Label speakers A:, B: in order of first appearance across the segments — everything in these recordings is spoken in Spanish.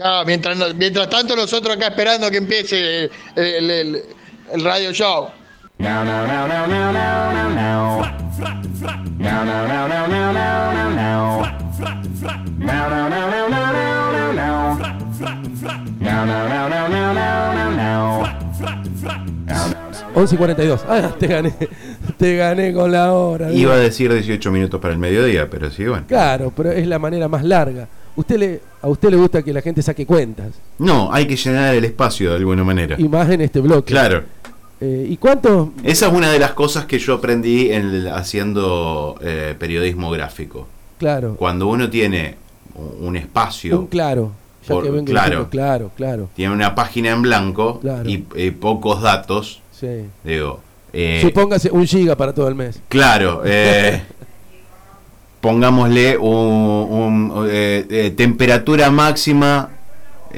A: Ah, mientras, no- mientras tanto nosotros acá esperando que empiece el, el- el- el radio show.
B: Now, now, now, now, now, now, now, now. Now, now, now, now, now, now, now, now. Now, now, now, now, now, now, now, now. Now, now, now, now, now, now, now, now.
C: 11 y 42. Ah, te gané. Te gané con la hora.
D: Iba a decir 18 minutos para el mediodía, pero sí, bueno.
C: Claro, pero es la manera más larga. Usted le, a usted le gusta que la gente saque cuentas.
D: No, hay que llenar el espacio de alguna manera.
C: Y más en este bloque.
D: Claro.
C: Eh, ¿Y cuántos?
D: Esa es una de las cosas que yo aprendí en el- haciendo eh, periodismo gráfico.
C: Claro.
D: Cuando uno tiene un un espacio,
C: Un claro. Ya
D: Por-
C: que vengo
D: claro.
C: diciendo, claro, claro.
D: tiene una página en blanco
C: Claro.
D: y, y pocos datos,
C: Sí.
D: digo, eh,
C: Supóngase un giga para todo el mes.
D: claro, eh, pongámosle un, un, eh, eh, temperatura máxima,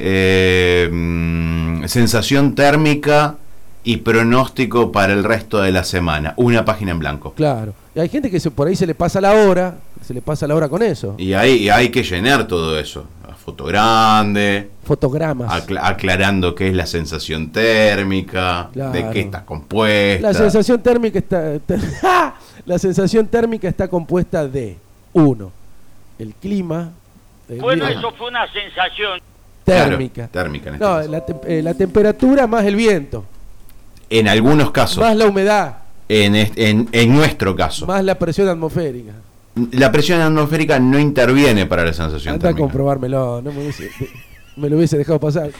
D: eh, mm, sensación térmica y pronóstico para el resto de la semana. Una página en blanco.
C: Claro. Y hay gente que se- por ahí se le pasa la hora, se le pasa la hora con eso.
D: Y hay, y hay que llenar todo eso. A foto grande,
C: Fotogramas.
D: acla- aclarando qué es la sensación térmica,
C: Claro.
D: de qué está compuesta.
C: La sensación térmica está te- ¡Ja! la sensación térmica está compuesta de uno, el clima, el
E: Bueno,
C: viento,
E: eso fue una sensación.
D: Claro,
C: térmica.
D: térmica en, este
C: No,
D: caso.
C: la, tem- eh, la temperatura más el viento,
D: En algunos casos.
C: más la humedad,
D: En, est- en- en nuestro caso.
C: más la presión atmosférica.
D: La presión atmosférica no interviene para la sensación
C: Anda a
D: térmica.
C: comprobármelo, no me, hubiese- me lo hubiese dejado pasar.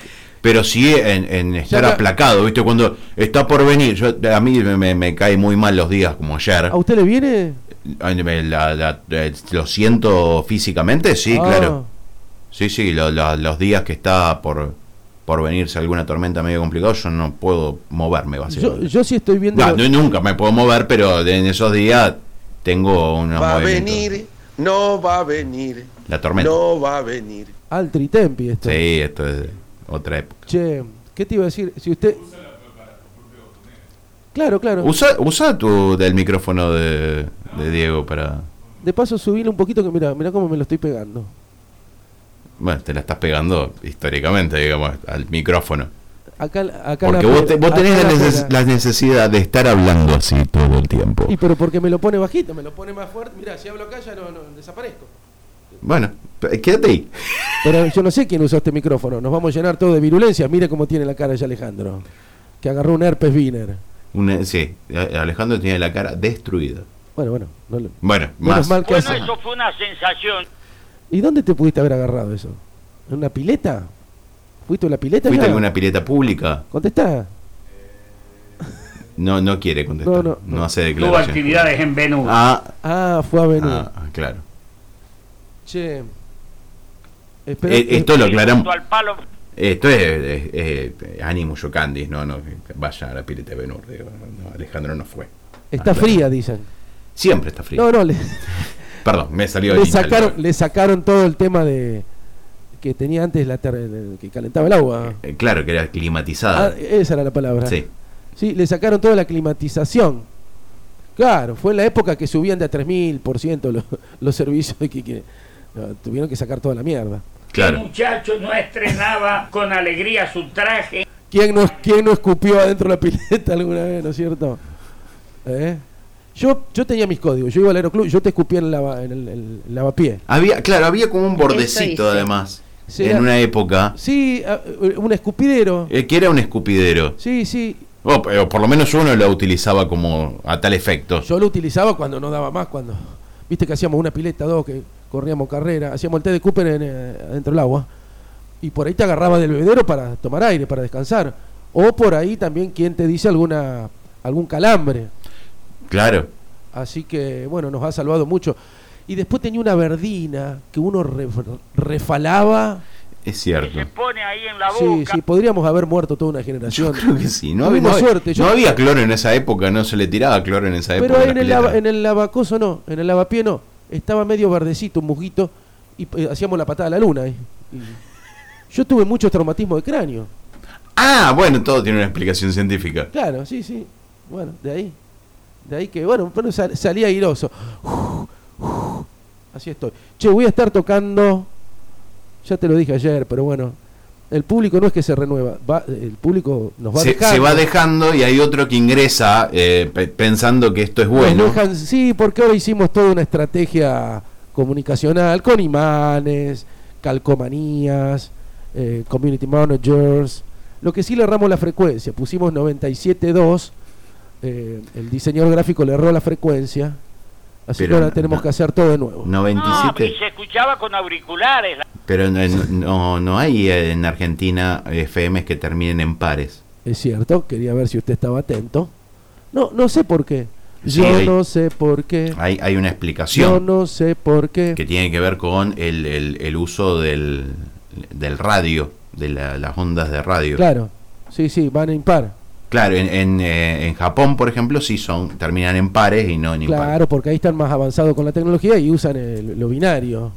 D: Pero sí en, en estar
C: Ya la-
D: aplacado, ¿viste? Cuando está por venir. Yo, a mí me, me, me cae muy mal los días como ayer.
C: ¿A usted le viene?
D: La- la- eh, lo siento físicamente, sí,
C: Ah,
D: claro. Sí, sí, lo- lo- los días que está por, por venirse alguna tormenta medio complicado, yo no puedo moverme,
C: Yo,
D: básicamente.
C: yo sí estoy viendo.
D: No, no, nunca me puedo mover, pero de- en esos días tengo unos
A: Va a
D: movimientos.
A: venir, no va a venir,
D: La tormenta.
A: no va a venir.
C: Al Tritempi esto.
D: Sí, esto es de otra época.
C: Che, ¿qué te iba a decir? Si usted. Claro, claro.
D: Usa, usa tu del micrófono de, de Diego para...
C: De paso subile un poquito que mira, mira cómo me lo estoy pegando.
D: Bueno, te la estás pegando históricamente, digamos, al micrófono.
C: Acá, acá
D: Porque
C: la
D: vos, te-
C: pera-
D: vos tenés
C: acá
D: la,
C: la
D: neces-
C: pera.
D: la necesidad de estar hablando así todo el tiempo.
C: Y pero porque me lo pone bajito, me lo pone más fuerte. Mira, si hablo acá ya no, no, desaparezco.
D: Bueno, p- quédate ahí.
C: Pero yo no sé quién usó este micrófono. Nos vamos a llenar todo de virulencia. Mire cómo tiene la cara ya Alejandro. Que agarró un herpes Wiener.
D: Una- eh, sí, a- Alejandro tiene la cara destruida.
C: Bueno, bueno. no lo-
D: Bueno,
C: Menos
D: más.
C: mal que
E: Bueno,
C: hace-
E: eso fue una sensación.
C: ¿Y dónde te pudiste haber agarrado eso? ¿En una pileta? ¿Fuiste a la pileta?
D: ¿Fuiste a
C: ya?
D: alguna pileta pública?
C: Contestá.
D: No, no quiere contestar.
C: No,
D: No,
C: no,
D: hace
F: Tuvo
D: declaración.
F: actividades en Venus.
D: Ah,
C: Ah, fue a venir.
D: ah, claro.
C: Che. Espera.
D: Eh, esto lo aclaramos.
E: Junto al palo.
D: Esto es, es- es ánimo yocandis, no, no, vaya a la pileta de Benur, digo, no, Alejandro no fue.
C: está
D: Ah, claro.
C: fría, dicen.
D: Siempre está frío.
C: No, no, le,
D: Perdón, me salió
C: le
D: el hincha del
C: sacaron,
D: Boca.
C: le sacaron todo el tema de que tenía antes la ter- el- que calentaba el agua.
D: Eh, claro que era climatizada.
C: Ah, esa era la palabra.
D: sí.
C: Sí, le sacaron toda la climatización. Claro, fue en la época que subían de a 3000% los, los servicios que, que- no, tuvieron que sacar toda la mierda.
F: El
D: Claro.
F: muchacho no estrenaba con alegría su traje.
C: ¿Quién no, quién no escupió adentro de la pileta alguna vez, no es cierto? ¿Eh? Yo, yo tenía mis códigos, yo iba al aeroclub, yo te escupía en el, lava- en el- el- el lavapié.
D: Había, claro, había como un
G: hice.
D: bordecito además.
C: Sí,
D: en
C: ah.
D: una época.
C: Sí, a- un escupidero.
D: eh, que era un escupidero.
C: Sí, sí.
D: O, p- o por lo menos uno lo utilizaba como a tal efecto.
C: Yo lo utilizaba cuando no daba más, cuando. Viste que hacíamos una pileta, dos, que corríamos carrera, hacíamos el té de Cooper en, eh, adentro del agua. Y por ahí te agarraba del bebedero para tomar aire, para descansar. O por ahí también quien te dice alguna algún calambre.
D: Claro.
C: Así que, bueno, nos ha salvado mucho. Y después tenía una verdina que uno re- refalaba.
D: Es
E: que
D: cierto.
E: se pone ahí en la
C: Sí,
E: boca.
C: sí, podríamos haber muerto toda una generación.
D: Yo creo que sí. No, había,
C: Tuvimos
D: no había-
C: suerte, yo-
D: no había cloro en esa época, no se le tiraba cloro en esa época.
C: Pero
D: a la
C: en el,
D: pileta.
C: lava- en el lavacoso no, en el lavapié no. Estaba medio verdecito, un musguito, y eh, hacíamos la patada a la luna. eh. Y yo tuve muchos traumatismos de cráneo.
D: Ah, bueno, todo tiene una explicación científica.
C: Claro, sí, sí. Bueno, de ahí. De ahí que, bueno, bueno sal- salía airoso. Así estoy. Che, voy a estar tocando. Ya te lo dije ayer, pero bueno. El público no es que se renueva, va, el público nos va
D: se,
C: dejando.
D: se va dejando y hay otro que ingresa eh, pe- pensando que esto es
C: Nos
D: bueno.
C: dejan- sí, porque ahora hicimos toda una estrategia comunicacional con imanes, calcomanías, eh, community managers. Lo que sí le erramos la frecuencia, pusimos 97.2, eh, el diseñador gráfico le erró la frecuencia, así
D: Pero
C: que ahora
D: no-
C: tenemos
D: no.
C: que hacer todo de nuevo.
E: No, Ah, y
D: 97.
E: se escuchaba con auriculares.
D: Pero en- no, no hay eh, en Argentina FMs que terminen en pares.
C: Es cierto, quería ver si usted estaba atento. No, no sé por qué.
D: Sí,
C: Yo
D: hay-
C: no sé por qué.
D: Hay, hay una
C: Yo
D: explicación
C: no sé por qué.
D: que tiene que ver con el, el- el uso del, del radio, de la- las ondas de radio.
C: Claro, sí, sí, van a impar.
D: Claro, en, en, eh, en Japón, por ejemplo, sí son terminan en pares y no en impares.
C: Claro, porque ahí están más avanzados con la tecnología y usan el- lo binario.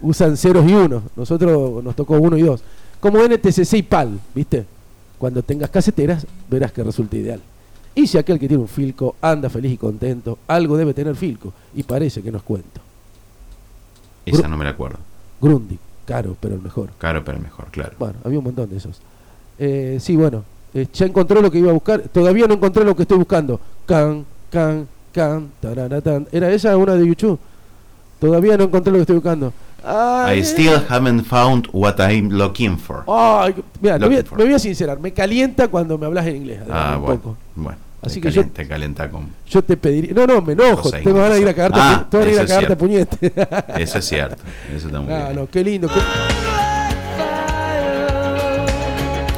C: usan ceros y unos. Nosotros nos tocó uno y dos. Como NTCC y PAL, ¿viste? Cuando tengas caseteras, verás que resulta ideal. Y si aquel que tiene un Filco anda feliz y contento, algo debe tener Filco. Y parece que nos cuento.
D: Esa no me la acuerdo.
C: Grundy, caro, pero el mejor.
D: Claro, pero mejor, claro.
C: Bueno, había un montón de esos. Eh, sí, bueno, eh, ya encontré lo que iba a buscar. Todavía no encontré lo que estoy buscando. Can, can, can, tararatan. ¿Era esa una de YouTube? Todavía no encontré lo que estoy buscando. Ay,
D: I still haven't found what I'm looking for.
C: ay, mira, me voy, a,
D: Looking for.
C: me voy a sincerar. Me calienta cuando me hablas en inglés. Adrián,
D: Ah,
C: un
D: bueno.
C: poco.
D: bueno
C: Así
D: Así
C: que
D: que
C: yo-
D: te calienta con.
C: Yo te pediría. No, no, me enojo.
D: Cosa
C: Tengo ganas de ir a
D: inglesa.
C: cagarte, a pu-
D: Ah,
C: tengo ganas de ir a
D: eso es
C: cagarte a puñete.
D: Eso es cierto. Eso está muy
C: no,
D: bien.
C: no, qué lindo. qué-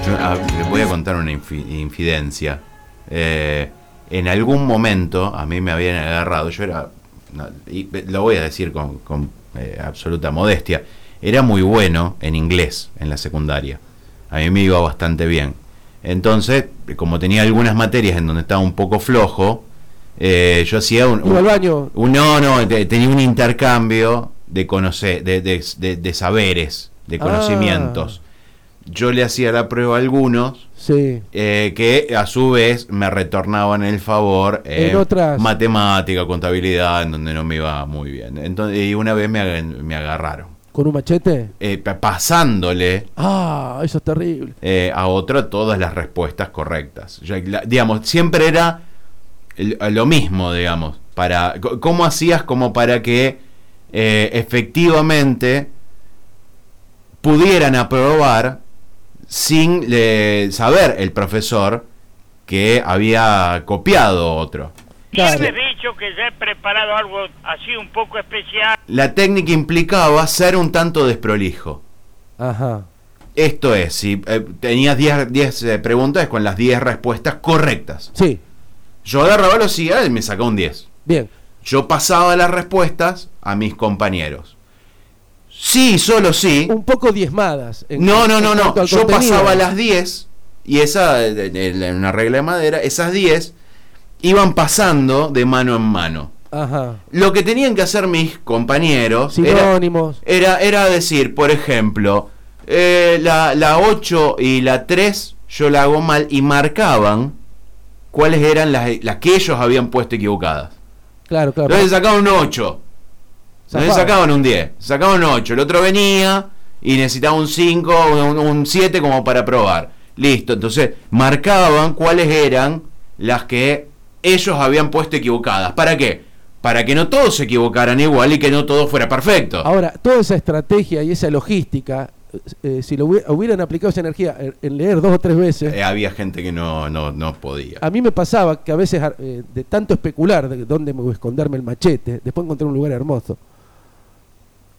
D: Yo, ah, le voy a contar una infi- infidencia. Eh, en algún momento a mí me habían agarrado, yo era, no, y ve- lo voy a decir con, con, eh, absoluta modestia, era muy bueno en inglés en la secundaria. A mí me iba bastante bien. Entonces, como tenía algunas materias en donde estaba un poco flojo, eh, yo hacía un,
C: Iba al
D: un-
C: baño.
D: un- no, no, te- tenía un intercambio de conocer, de, de- de- de saberes, de
C: Ah.
D: conocimientos. Yo le hacía la prueba a algunos
C: Sí.
D: eh, que a su vez me retornaban el favor eh,
C: En otras.
D: matemática, contabilidad, en donde no me iba muy bien. Entonces, y una vez me, ag- me agarraron.
C: ¿Con un machete?
D: Eh, pa- pasándole
C: Ah, eso es terrible.
D: eh, a otro todas las respuestas correctas. Ya, la- digamos, siempre era l- lo mismo, digamos. Para, c- ¿Cómo hacías como para que eh, efectivamente pudieran aprobar sin eh, saber el profesor que había copiado otro?
E: Claro.
C: Claro.
E: he dicho que ya he preparado algo así un poco especial.
D: La técnica implicaba ser un tanto desprolijo.
C: Ajá.
D: Esto es, si eh, tenías 10 10, eh, preguntas con las 10 respuestas correctas.
C: Sí,
D: Yo agarraba los CIA y me sacaba un 10.
C: bien.
D: Yo pasaba las respuestas a mis compañeros. Sí, solo sí.
C: un poco diezmadas. Uh, en-
D: No, no,
C: en
D: no, no.
C: cuanto al
D: Yo
C: contenido.
D: pasaba las 10 y esa, de- de- de- una regla de madera, esas 10 iban pasando de mano en mano.
C: Ajá.
D: Lo que tenían que hacer mis compañeros era,
C: Sinónimos.
D: era, era decir, por ejemplo, eh, la, la 8 y la 3 yo la hago mal y marcaban cuáles eran las, las que ellos habían puesto equivocadas.
C: Claro, claro.
D: Entonces sacaban un 8. Entonces
C: Zafaba.
D: sacaban un 10. Sacaban un 8. El otro venía y necesitaba un 5, un, un 7 como para probar. Listo. Entonces marcaban cuáles eran las que ellos habían puesto equivocadas. ¿Para qué? Para que no todos se equivocaran igual y que no todo fuera perfecto.
C: Ahora, toda esa estrategia y esa logística, eh, si lo hubi- hubieran aplicado esa energía en- en leer dos o tres veces,
D: Eh, había gente que no, no, no podía.
C: a mí me pasaba que a veces ar- eh, de tanto especular de dónde me voy a esconderme el machete, después encontré un lugar hermoso,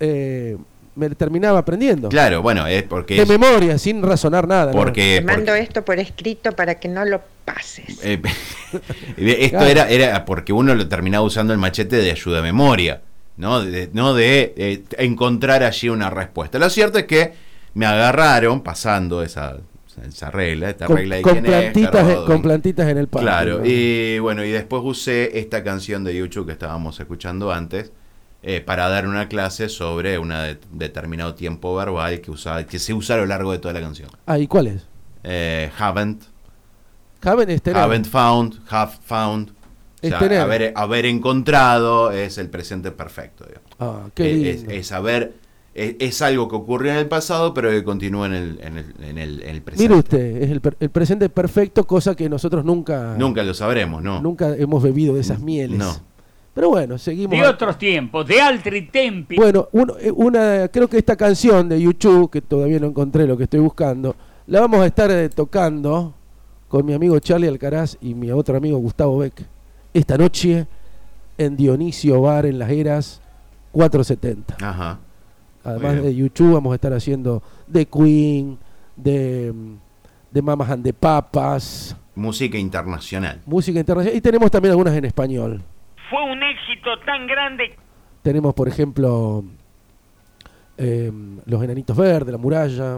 C: eh, me terminaba aprendiendo.
D: Claro, bueno, es porque...
C: De memoria, sin razonar nada. ¿no?
D: porque,
G: Te mando
D: porque-
G: esto por escrito para que no lo pases.
D: Eh, esto
C: Claro.
D: era, era porque uno lo terminaba usando el machete de ayuda a memoria, ¿no? De, no de eh, encontrar allí una respuesta. Lo cierto es que me agarraron pasando esa, esa regla, esta
C: Con,
D: regla de
C: con
D: quién es,
C: plantitas,
D: Carlos
C: en- con
D: Godwin.
C: plantitas en el patio.
D: Claro,
C: ¿no?
D: y bueno, y después usé esta canción de Yuchu que estábamos escuchando antes eh, para dar una clase sobre un determinado tiempo verbal que, usaba, que se usa a lo largo de toda la canción.
C: Ah, ¿y cuál es?
D: Eh, haven't,
C: Caben este era-
D: Haven't found, have found. O
C: Es
D: sea,
C: tener.
D: haber, haber encontrado es el presente perfecto. digamos.
C: Ah, qué
D: Eh, Es- es,
C: lindo.
D: es haber Es, es algo que ocurrió en el pasado, pero que continúa en el, en el, en el- en el presente.
C: Mire usted, es el, per- el presente perfecto, cosa que nosotros nunca,
D: Nunca lo sabremos, ¿no?
C: nunca hemos bebido de esas mieles.
D: No.
C: Pero bueno, seguimos.
F: De otros tiempos, de altri tempi.
C: Bueno, uno- eh, una, creo que esta canción de YouTube, que todavía no encontré lo que estoy buscando, la vamos a estar eh, tocando con mi amigo Charlie Alcaraz y mi otro amigo Gustavo Beck esta noche en Dionisio Bar en Las Heras 470.
D: Ajá.
C: Además
D: bien.
C: de YouTube vamos a estar haciendo de Queen, de, mm, de Mamas and the Papas,
D: Música internacional.
C: música internacional y tenemos también algunas en español.
E: Fue un éxito tan grande
C: Tenemos, por ejemplo, em, Los Enanitos Verdes, La Muralla.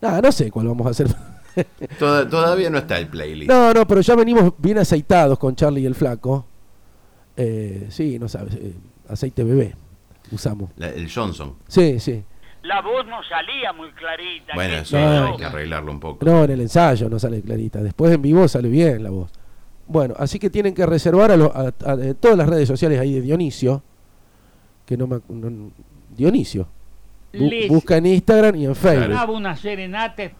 C: Nada, no sé cuál vamos a hacer.
D: Toda- todavía no está el playlist.
C: no, no, pero ya venimos bien aceitados con Charlie y el Flaco. Eh, sí, no sabes, eh, aceite bebé usamos.
D: La- el Johnson.
C: Sí, sí.
E: la voz no salía muy clarita.
D: Bueno,
E: ¿qué
D: eso
C: No.
E: pasó?
D: hay que arreglarlo un poco.
C: No, en el ensayo no sale clarita. Después en vivo sale bien la voz. Bueno, así que tienen que reservar a, lo- a- a- de todas las redes sociales ahí de Dionisio. Que no me. ac- no- Dionisio. Bu-
F: Les
C: busca en Instagram y en Facebook.
F: daba una serenata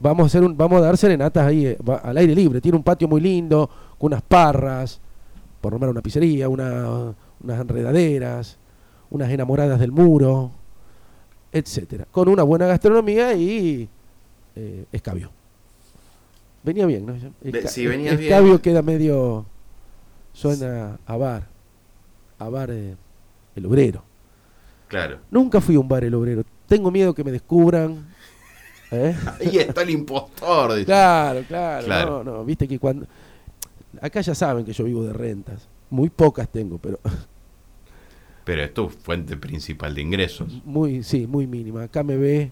C: Vamos a hacer un, vamos a dar serenatas ahí eh, va- al aire libre. Tiene un patio muy lindo, con unas parras, por nombrar una pizzería, una- unas enredaderas, unas enamoradas del muro, etcétera. Con una buena gastronomía y eh, escabio. Venía bien, ¿no?
D: Ve- sí, venía bien.
C: escabio queda medio suena a bar, a bar eh, el obrero.
D: Claro.
C: Nunca fui a un bar el obrero. Tengo miedo que me descubran. ¿eh?
D: Ahí está el impostor. dice.
C: Claro, claro,
D: Este, Claro.
C: No, no, viste que cuando. Acá ya saben que yo vivo de rentas. Muy pocas tengo, pero
D: Pero es tu fuente principal de ingresos.
C: muy, sí, muy mínima. Acá me ve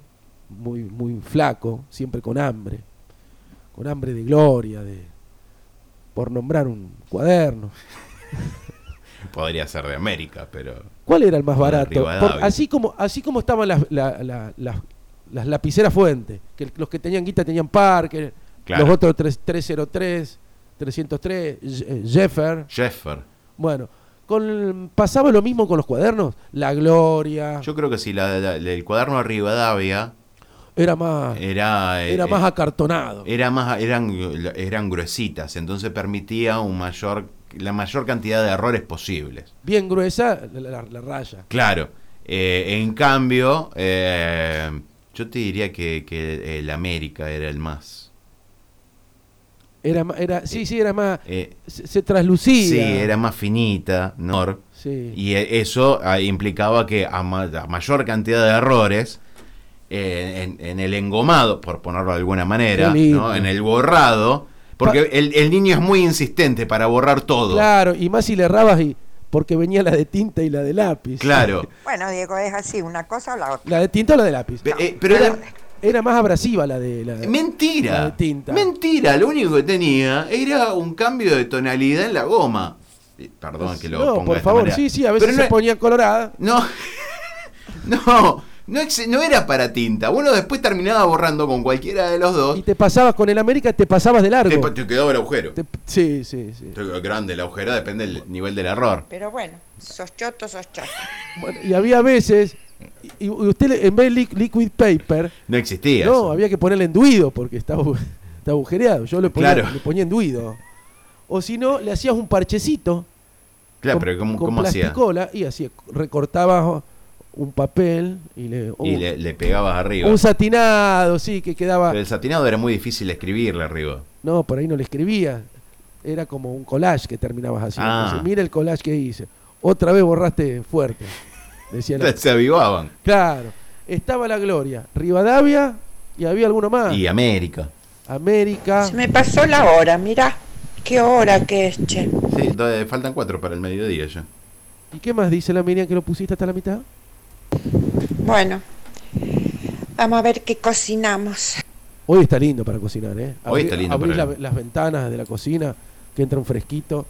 C: muy, muy flaco, siempre con hambre. Con hambre de gloria, de por nombrar un cuaderno.
D: Podría ser de América, pero.
C: ¿Cuál era el más
D: Una
C: barato?
D: Rivadavia.
C: Por- así, como, así como estaban las, la- la- las- las lapiceras fuente, que el- los que tenían guita tenían Parker,
D: Claro.
C: los otros tres- 303, 303, Je- eh, Jeffer.
D: Jeffer.
C: Bueno, con, pasaba lo mismo con los cuadernos. La gloria
D: Ah. Yo creo que si la, la- el cuaderno de Rivadavia
C: era más,
D: era. eh,
C: Ah. era más
D: eh,
C: acartonado.
D: era más eran, eran gruesitas, entonces permitía un mayor, la mayor cantidad de errores posibles.
C: bien gruesa la, la- la raya.
D: Claro. eh, en cambio, eh, yo te diría que, que el América era el más.
C: Era, ma- era, sí, sí, era más.
D: eh,
C: se, se traslucía.
D: sí, era más finita, ¿no?
C: Sí.
D: Y e- eso ah, implicaba que a, ma- a mayor cantidad de errores eh, en, en el engomado, por ponerlo de alguna manera,
C: Qué lindo.
D: ¿no? en el borrado, porque el, el niño es muy insistente para borrar todo.
C: Claro, y más si le errabas y, porque venía la de tinta y la de lápiz.
D: Claro.
G: Bueno, Diego, es así, una cosa o la otra.
C: La de tinta o la de lápiz.
D: Pe- eh, pero era-
C: Era más abrasiva la de la de- la de
D: mentira.
C: tinta.
D: Mentira, lo único que tenía era un cambio de tonalidad en la goma. Eh, Perdón que
C: no,
D: lo ponga
C: por
D: de esta
C: favor,
D: manera.
C: sí, sí, a
D: Pero
C: veces
D: no
C: se
D: es-
C: ponía colorada.
D: No, no, no, ex- no era para tinta. Uno después terminaba borrando con cualquiera de los dos.
C: Y te pasabas con el América, te pasabas de largo.
D: Te, te quedaba el agujero.
C: Te- sí, sí, sí.
D: Te quedó grande el agujero, depende del nivel del error.
G: Pero bueno, sos choto, sos choto.
C: Bueno, y había veces, y, y usted le- en vez de li- liquid paper,
D: No existía.
C: no,
D: eso.
C: había que ponerle enduido porque estaba, estaba agujereado. Yo le ponía,
D: Claro.
C: le ponía enduido. O si no, le hacías un parchecito
D: Claro,
C: con,
D: pero ¿cómo,
C: con
D: cómo hacía?
C: plasticola y así recortabas un papel y le,
D: Y
C: un,
D: le, Pues le pegabas arriba.
C: uh. un satinado, sí, que quedaba.
D: Pero el satinado era muy difícil escribirle arriba.
C: No, por ahí no le escribía. Era como un collage que terminabas haciendo.
D: Ah.
C: Entonces, Mira el collage que hice. Otra vez borraste fuerte. Decía la,
D: Se avivaban.
C: Claro. Estaba la Gloria, Rivadavia y había alguno más.
D: Y América.
C: América.
G: Ah. Se me pasó la hora, mirá. Qué hora que es, che.
D: Sí, todavía faltan cuatro para el mediodía ya.
C: ¿Y qué más dice la Miriam que lo pusiste hasta la mitad?
G: Bueno, vamos a ver qué cocinamos.
C: Hoy está lindo para cocinar, ¿eh?
D: Hoy está lindo
C: abrir
D: para-
C: la- las ventanas de la cocina, que entra un fresquito.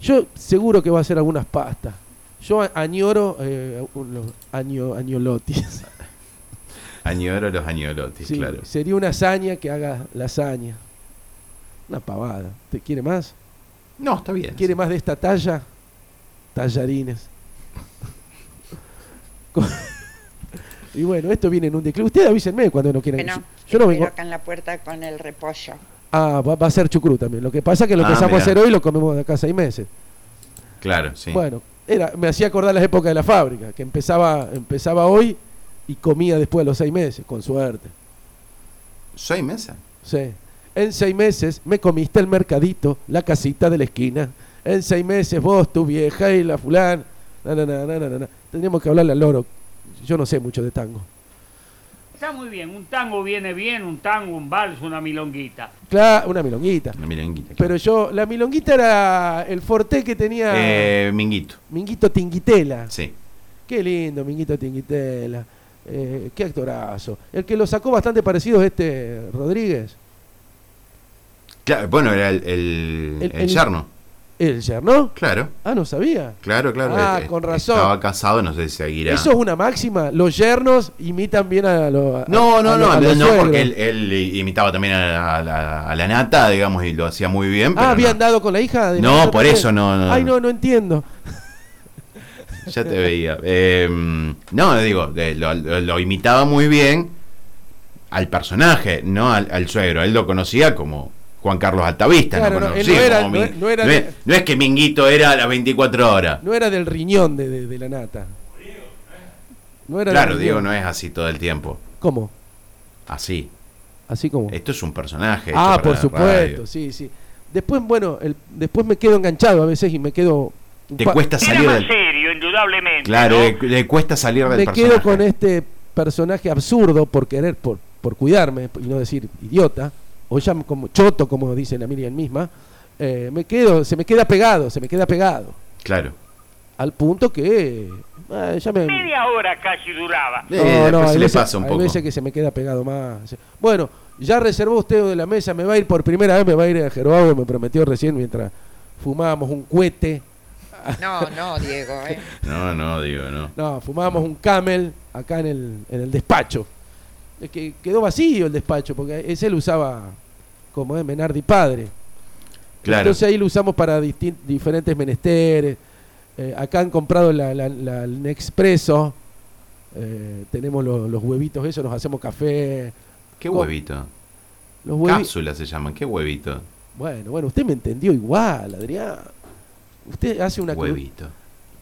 C: Yo seguro que va a hacer algunas pastas. Yo a- añoro eh, unos año, añolotis.
D: Añoro los añolotis,
C: Sí,
D: Ah, claro.
C: Sería una hazaña que haga lasaña. Una pavada. ¿Te quiere más?
D: No, está bien.
C: ¿Quiere más de esta talla? Tallarines. Con, Y bueno, esto viene en un declive. Ustedes avísenme cuando no quieran.
G: Bueno,
C: Yo no vengo.
G: acá en la puerta con el repollo.
C: Ah, va, va a ser chucrú también. Lo que pasa es que lo
D: Ah,
C: empezamos
D: mirá.
C: a hacer hoy y lo comemos de acá a seis meses.
D: Claro, sí.
C: Bueno, era, me hacía acordar las épocas de la fábrica, que empezaba, empezaba hoy y comía después de los seis meses, con suerte.
D: ¿Seis meses?
C: Sí. En seis meses me comiste el mercadito, la casita de la esquina. En seis meses vos, tu vieja y la fulana. Na, na, na, na, na, na. Tendríamos que hablarle al loro. Yo no sé mucho de tango.
F: Está muy bien, un tango viene bien, un tango, un vals, una milonguita.
C: Claro, una milonguita.
D: La milanguita, claro.
C: Pero yo, la milonguita era el forte que tenía
D: Eh, minguito,
C: Minguito Tinguitela.
D: sí.
C: Qué lindo, Minguito Tinguitela. Eh, qué actorazo. El que lo sacó bastante parecido es este Rodríguez.
D: Claro, bueno, era el, el,
C: El-
D: el
C: el-
D: yerno.
C: El yerno.
D: Claro,
C: Ah, no sabía.
D: claro, claro.
C: Ah,
D: Eh,
C: con
D: eh,
C: razón.
D: Estaba casado, no sé si seguirá.
C: Eso es una máxima. Los yernos imitan bien a los.
D: No, no, no, no,
C: no,
D: porque él, él imitaba también a la, a la- a la nata, digamos, y lo hacía muy bien.
C: Ah,
D: pero
C: había
D: no,
C: andado con la hija. de la
D: No,
C: otra
D: por
C: también.
D: eso no, no,
C: Ay,
D: no.
C: no, no entiendo.
D: Ya te veía. Eh, no, digo, eh, lo, lo- lo imitaba muy bien al personaje, no al, al suegro. Él lo conocía como Juan Carlos Altavista.
C: Claro, no,
D: no,
C: él
D: conocía
C: no era-
D: como
C: no
D: Min-
C: era- no era-
D: es, no es que Minguito era a las 24 horas.
C: No era del riñón de, de- de la nata. No era del
D: Claro,
C: riñón.
D: Diego no es así todo el tiempo.
C: ¿Cómo?
D: Así.
C: Así como.
D: Esto es un personaje. hecho
C: Ah,
D: para
C: por
D: la
C: supuesto,
D: radio.
C: sí, sí. Después, bueno, el- después me quedo enganchado a veces y me quedo. un
D: Te
C: pa-
D: cuesta
E: Era
D: salir
E: más
D: del.
E: serio, indudablemente.
D: Claro, eh,
E: ¿no?
D: le, le cuesta salir del
C: Me
D: personaje.
C: quedo con este personaje absurdo por querer, por, por cuidarme y no decir idiota, o ya como choto, como dice la Miriam misma. eh, me quedo, se me queda pegado, se me queda pegado.
D: Claro.
C: Al punto que. eh, ya me.
E: Media hora casi duraba.
D: Eh, después se
C: hay
D: le
C: veces-
D: pasa un
C: hay
D: poco.
C: veces que se me queda pegado más. Bueno, ya reservó usted de la mesa, me va a ir por primera vez, me va a ir a Jerobo, me prometió recién mientras fumábamos un cohete.
G: No, no, Diego, eh.
D: No, no, digo, no.
C: No, fumábamos un camel acá en el, en el despacho. Es que quedó vacío el despacho, porque ese lo usaba como es Menardi padre.
D: Claro.
C: Entonces ahí lo usamos para distin- diferentes menesteres. Eh, acá han comprado la, la, la Nexpresso. Eh, tenemos lo- los huevitos, eso, nos hacemos café.
D: ¿Qué
C: co-
D: huevito?
C: Los huevitos.
D: Cápsulas se llaman. ¿Qué huevito?
C: Bueno, bueno, usted me entendió igual, Adrián. Usted hace una. cru-
D: Huevito.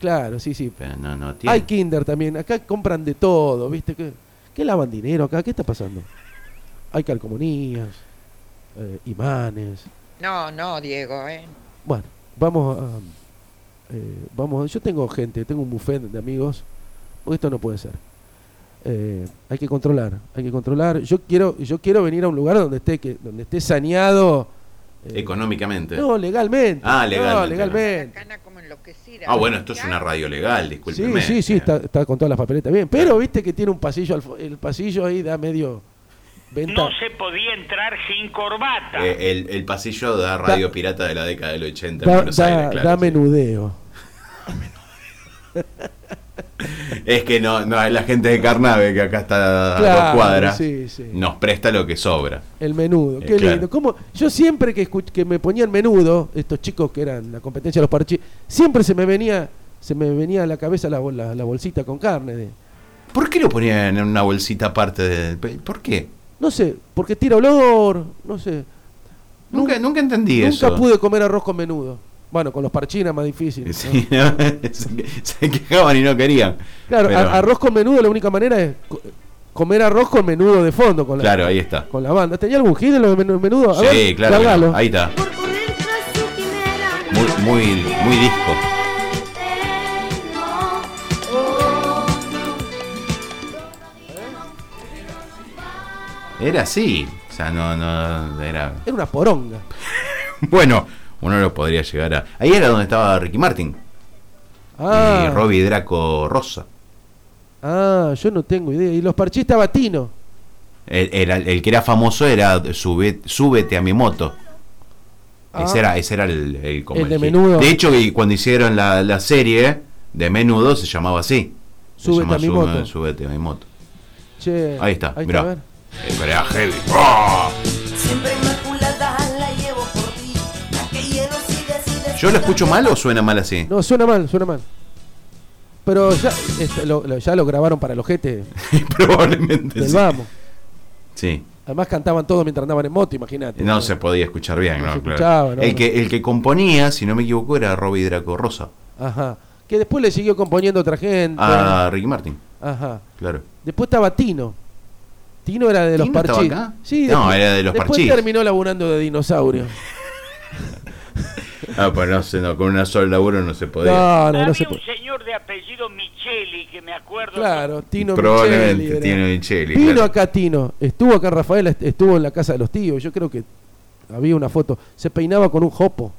C: Claro, sí, sí.
D: Pero no, no tiene.
C: Hay Kinder también. Acá compran de todo, ¿viste? ¿Qué, qué lavan dinero acá? ¿Qué está pasando? Hay calcomanías, eh, imanes.
G: No, no, Diego, eh.
C: Bueno, vamos a. eh, vamos, yo tengo gente, tengo un buffet de amigos, porque esto no puede ser. Eh, hay que controlar, hay que controlar. Yo quiero, yo quiero venir a un lugar donde esté, que, donde esté saneado. eh,
D: Económicamente.
C: No, legalmente.
D: Ah,
C: No,
D: legalmente,
C: legalmente.
G: La cana como enloquecida.
D: ah, bueno, esto es una radio legal, discúlpeme. eh.
C: Sí, sí, sí, está, está con todas las papeletas bien. Pero viste que tiene un pasillo, al fo- el pasillo ahí da medio venta.
E: No se podía entrar sin corbata.
D: Eh, el, el pasillo da radio pirata de la década del 80 en
C: Da,
D: Buenos
C: da-
D: Aires, claro,
C: da
D: sí.
C: menudeo.
D: Es que no, no, la gente de Carnave, que acá está a
C: Claro,
D: dos cuadras,
C: sí, sí.
D: nos presta lo que sobra.
C: El menudo,
D: Eh,
C: qué
D: claro.
C: lindo. Como Yo siempre que, escuch- que me ponían menudo, estos chicos que eran la competencia de los parchís, siempre se me venía se me venía a la cabeza la, bol- la- la bolsita con carne. de-
D: ¿Por qué lo ponían en una bolsita aparte del pe- ¿Por qué?
C: no sé, porque tira olor, no sé.
D: Nunca, nunca entendí
C: Nunca
D: eso.
C: pude comer arroz con menudo. Bueno, con los parchinas más difícil. ¿no?
D: Sí, ¿no? se, que- se quejaban y no querían.
C: Claro,
D: Pero-
C: a- arroz con menudo, la única manera es co- comer arroz con menudo de fondo, con la,
D: Claro, ahí está.
C: con la banda. ¿Tenía algún hit de los menu- menudo? A
D: Sí,
C: ver,
D: claro. que no.
C: largalo.
D: Ahí está. Muy, muy, muy disco. Era así. O sea, no, no, era...
C: Era una poronga.
D: Bueno, uno lo podría llegar a... Ahí era donde estaba Ricky Martin
C: Ah,
D: y Robbie Draco Rosa.
C: ah, yo no tengo idea. Y los parchistas batinos.
D: El, el- el que era famoso era Sube- Súbete a mi moto. Ese
C: Ah.
D: era, ese era el, el, como
C: El de
D: hit.
C: Menudo.
D: De hecho, y cuando hicieron la, la serie de Menudo se llamaba así. Se
C: Súbete
D: llama
C: a mi
D: Sube-
C: moto.
D: Súbete a mi moto.
C: Che,
D: Ahí está,
C: hay que
D: mirá.
C: ver.
D: Eh, pero era heavy. ¡Ah!
H: Siempre inmaculada la llevo por ti. la que lleno sigue, sigue,
D: ¿Yo lo escucho
H: sigue.
D: mal o suena mal así?
C: No, suena mal, suena mal. Pero ya, este, lo, lo- ya lo grabaron para el ojete
D: Probablemente
C: del
D: sí.
C: Vamos.
D: Sí.
C: Además cantaban todos mientras andaban en moto, imagínate.
D: No se podía escuchar bien,
C: No
D: ¿no?
C: se
D: Claro.
C: escuchaba, no,
D: el,
C: no.
D: Que, el que componía, si no me equivoco, era Robbie Draco Rosa.
C: Ajá. Que después le siguió componiendo otra gente.
D: A Ricky Martin,
C: Ajá.
D: claro.
C: Después estaba Tino. Tino era de los
D: ¿Tino estaba
C: parchís.
D: acá?
C: Sí,
D: No, era de los
C: Después
D: Parchís.
C: terminó laburando de dinosaurio.
D: Ah, pues no sé, no, con una sola laburo no se podía.
C: No, no,
E: Había
C: no se
E: un
C: puede.
E: señor de apellido Micheli que me acuerdo.
C: Claro, Tino
D: Probablemente
C: Michelli
D: tiene
C: era.
D: un cheli.
C: Vino
D: claro.
C: acá Tino, estuvo acá Rafael, est- estuvo en la casa de los tíos, yo creo que había una foto. Se peinaba con un jopo.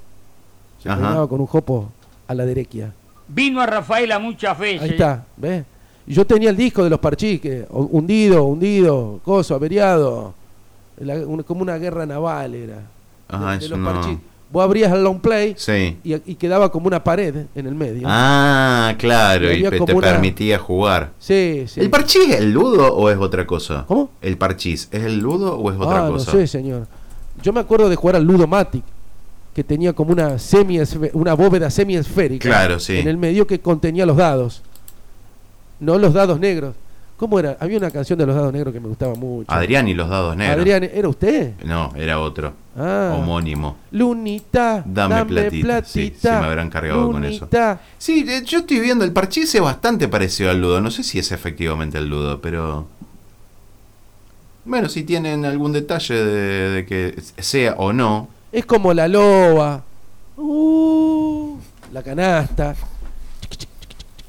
C: Se
D: Ajá.
C: peinaba con un jopo a la derequia.
F: Vino a Rafaela muchas veces.
C: Ahí está, ¿ves? Yo tenía el disco de los parchís, que, o- hundido, hundido, coso, averiado. La- un- como una guerra naval era.
D: Ajá,
C: de, de
D: eso
C: los
D: no-
C: parchís. Vos abrías el long play
D: Sí.
C: y, y quedaba como una pared en el medio.
D: Ah, claro,
C: Y
D: y
C: había
D: pe- te
C: como una-
D: permitía jugar.
C: Sí, sí.
D: ¿El parchís es el ludo o es otra cosa?
C: ¿Cómo?
D: ¿El parchís es el ludo o es
C: ah,
D: otra
C: no
D: cosa?
C: sé, señor. Yo me acuerdo de jugar al Ludomatic, que tenía como una semi una bóveda semiesférica
D: Claro, sí.
C: en el medio que contenía los dados. No los dados negros. ¿Cómo era? Había una canción de los dados negros que me gustaba mucho.
D: Adrián y los dados negros.
C: Adrián, ¿era usted?
D: No, era otro.
C: Ah.
D: Homónimo.
C: Lunita,
D: Dame platita. Sí, sí, me habrán cargado con eso.
C: Lunita.
D: Sí, eh, yo estoy viendo, el parchís es bastante parecido al ludo. No sé si es efectivamente el ludo, pero... Bueno, si tienen algún detalle de, de que sea o no.
C: Es como la loba. Uh, la canasta.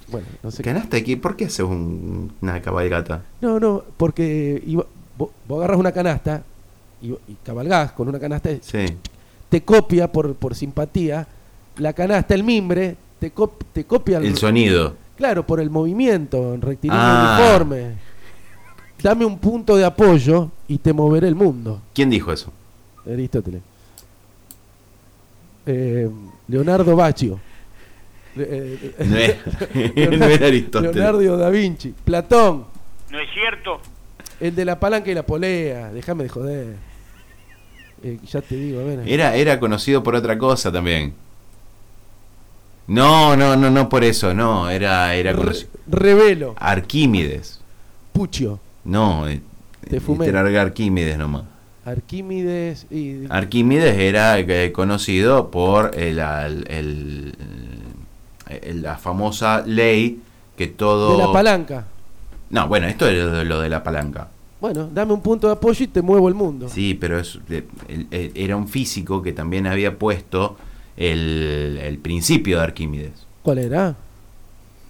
C: Bueno, no sé. qué-
D: ¿Ganaste aquí? ¿Por qué haces un- una cabalgata?
C: No, no, porque iba- vos, vos agarras una canasta y, y cabalgás con una canasta,
D: Sí.
C: te copia por, por simpatía la canasta, el mimbre, te, cop- te copia
D: El sonido.
C: Claro, por el movimiento, en rectilíneo
D: Ah.
C: uniforme. Dame un punto de apoyo y te moveré el mundo.
D: ¿Quién dijo eso?
C: Aristóteles. Eh, Leonardo Baccio. Eh, eh,
D: No era-
C: Leonardo-
D: no era Aristóteles.
C: Leonardo da Vinci. Platón,
E: ¿No es cierto?
C: el de la palanca y la polea. Déjame de joder. Eh, ya te digo, a ver.
D: Era, era conocido por otra cosa también. No, no, no, no por eso, no. Era, era
C: Re-
D: conocido.
C: Revelo,
D: Arquímedes.
C: Puccio,
D: No, eh,
C: Te fumé.
D: te larga Arquímedes nomás.
C: Arquímedes y.
D: Ah, Arquímedes era eh, conocido por el, al- el- eh, el- la famosa ley que todo...
C: de la palanca.
D: No, bueno, esto es lo, lo de la palanca.
C: Bueno, dame un punto de apoyo y te muevo el mundo.
D: Sí, pero es, eh, el- el- era un físico que también había puesto el, el principio de Arquímedes.
C: ¿Cuál era?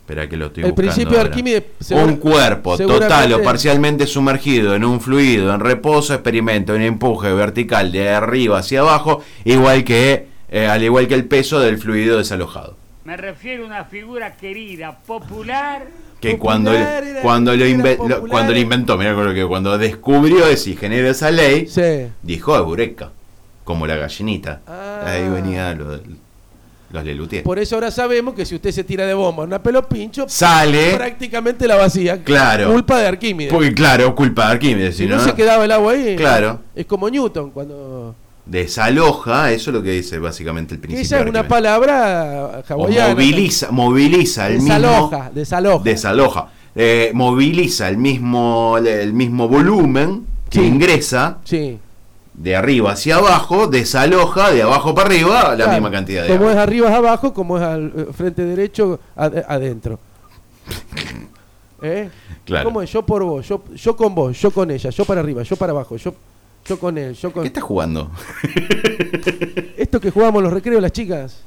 D: Espera que lo estoy
C: El
D: buscando
C: principio de
D: ahora.
C: Arquímedes,
D: un
C: segura-
D: cuerpo total
C: seguramente-
D: o parcialmente sumergido en un fluido en reposo experimenta un empuje vertical de arriba hacia abajo, igual que eh, al igual que el peso del fluido desalojado.
F: Me refiero a una figura querida, popular.
D: Que
C: Popular
D: cuando, lo-
C: era-
D: cuando, lo
C: era
D: inve- lo-
C: popular.
D: cuando lo inventó, mirá con lo que cuando descubrió eso y generó esa ley,
C: Sí.
D: dijo eureka, como la gallinita.
C: Ah.
D: Ahí venía lo del- los lelutier.
C: Por eso ahora sabemos que si usted se tira de bomba en una pelo pincho,
D: Sale,
C: prácticamente la vacía.
D: Claro.
C: Culpa de Arquímedes.
D: porque claro, culpa de Arquímedes,
C: si no, se quedaba el agua ahí.
D: Claro.
C: Es como Newton, cuando.
D: Desaloja, eso es lo que dice básicamente el
C: que
D: principio.
C: esa es
D: de
C: una
D: Arquímedes.
C: palabra
D: O
C: hawaiana.
D: moviliza, moviliza el
C: Desaloja,
D: mismo.
C: desaloja.
D: Desaloja. Eh, moviliza el mismo, el mismo volumen que
C: Sí.
D: ingresa
C: Sí.
D: de arriba hacia abajo, desaloja de abajo para arriba la
C: Claro.
D: misma cantidad de
C: Como
D: agua.
C: es arriba es abajo, como es al eh, frente derecho ad- adentro. ¿Eh?
D: Claro.
C: ¿Cómo es? Yo por vos, yo, yo con vos, yo con ella, yo para arriba, yo para abajo, yo, yo con él, yo con.
D: ¿Qué estás jugando?
C: Esto que jugábamos los recreos las chicas.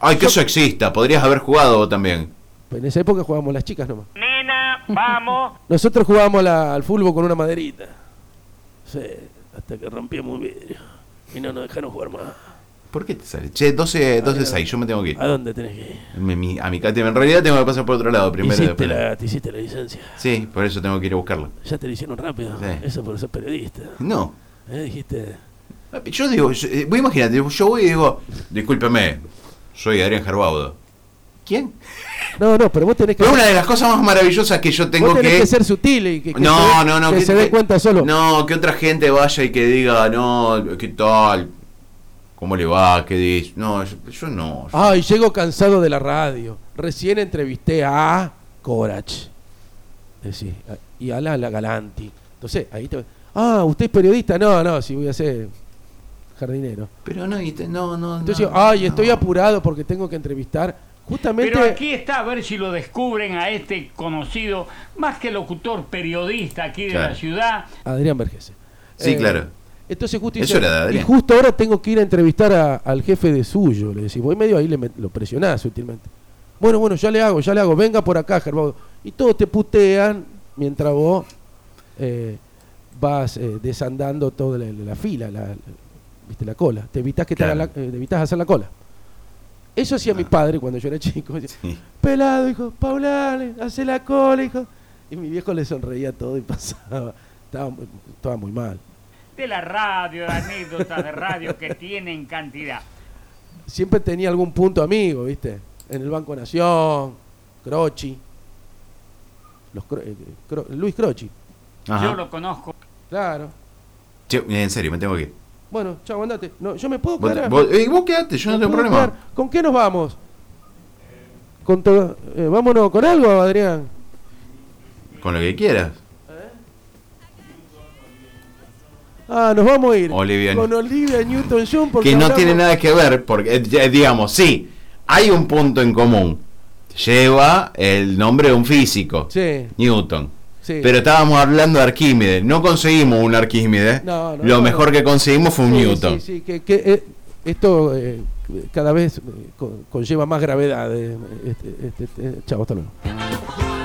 D: Ay, que eso exista. Podrías haber jugado vos también.
C: En esa época jugábamos las chicas nomás.
E: Nena, vamos.
C: Nosotros jugábamos la- al fútbol con una maderita. Sí, hasta que rompíamos un vidrio. Y no nos dejaron jugar más.
D: ¿Por qué te sale? Che, 12, 12 6, yo me tengo que ir.
C: Ah, ¿A dónde tenés que ir?
D: Mi- mi- a mi cátedra. En realidad tengo que pasar por otro lado primero.
C: Hiciste
D: después.
C: la, Ah, te hiciste la licencia.
D: Sí, por eso tengo que ir a buscarla.
C: Ya te la hicieron rápido.
D: Sí.
C: Eso por ser periodista.
D: No.
C: ¿Eh? Dijiste.
D: Yo digo, yo, eh, vos imagínate, yo voy y digo, discúlpeme, soy Adrián Gerbaudo. ¿Quién?
C: No, no, pero vos tenés que.
D: Pero una de las cosas más maravillosas que yo tengo
C: vos tenés
D: que...
C: que, ser sutil y que, que se,
D: no,
C: dé-
D: no, no.
C: que se dé cuenta solo.
D: No, que otra gente vaya y que diga, no, ¿qué tal? ¿Cómo le va? ¿Qué dice? No, yo, yo no. yo-
C: Ah. Ay, llego cansado de la radio. recién entrevisté a Corach. Decí, a- y a la, la Galanti. Entonces, ahí te... Ah, ¿usted es periodista? No, no, si voy a ser jardinero.
D: Pero no, y te- no, no.
C: Entonces,
D: no,
C: ay,
D: no.
C: estoy apurado porque tengo que entrevistar justamente...
F: Pero aquí está, a ver si lo descubren a este conocido, más que locutor, periodista aquí de
D: Claro.
F: la ciudad.
C: Adrián Vergese. Eh.
D: Sí, claro.
C: Entonces justo
D: Eso
C: dice,
D: era de
C: y
D: Adrián.
C: justo ahora tengo que ir a entrevistar a- al jefe de suyo, le decís, voy medio ahí le met- lo presionás sutilmente. Bueno, bueno, ya le hago, ya le hago, venga por acá, Gerbaudo. Y todos te putean mientras vos eh, vas eh, desandando toda la, la fila, la, la- viste la cola. Te evitas que te
D: Claro. Ah.
C: haga la- eh, te evitás hacer la cola. Eso hacía mi padre cuando yo era chico. Decía,
D: Sí.
C: Pelado, hijo, paulale, hace la cola, hijo. Y mi viejo le sonreía todo y pasaba. Estaba, muy- estaba muy mal.
F: De la radio, de anécdotas de radio que tienen cantidad.
C: Siempre tenía algún punto amigo, ¿viste? En el Banco Nación, Croci. Los Cro- eh, Cro- Luis Croci,
D: Ajá.
F: Yo lo conozco.
C: claro.
D: Che, eh, en serio, me tengo que ir.
C: Bueno, chao, andate. No, yo me puedo
D: Vos,
C: quedar.
D: vos- eh, vos quedate, yo no
C: ¿Me
D: tengo
C: puedo
D: problema.
C: quedar? ¿Con qué nos vamos? Con to- eh, vámonos con algo, Adrián.
D: Con lo que quieras.
C: Ah, nos vamos a ir.
D: Olivia-
C: Con Olivia Newton-John. porque
D: que no
C: hablamos-
D: tiene nada que ver, porque eh, ya, digamos, sí, hay un punto en común. Lleva el nombre de un físico,
C: Sí,
D: Newton.
C: sí.
D: Pero estábamos hablando de Arquímedes, no conseguimos un Arquímedes.
C: No, no,
D: Lo
C: no.
D: mejor que conseguimos fue un
C: Sí,
D: Newton.
C: Sí, sí, que, que, eh, esto eh, cada vez eh, co- conlleva más gravedad. eh, este, este- este- chao, hasta luego.
H: Juan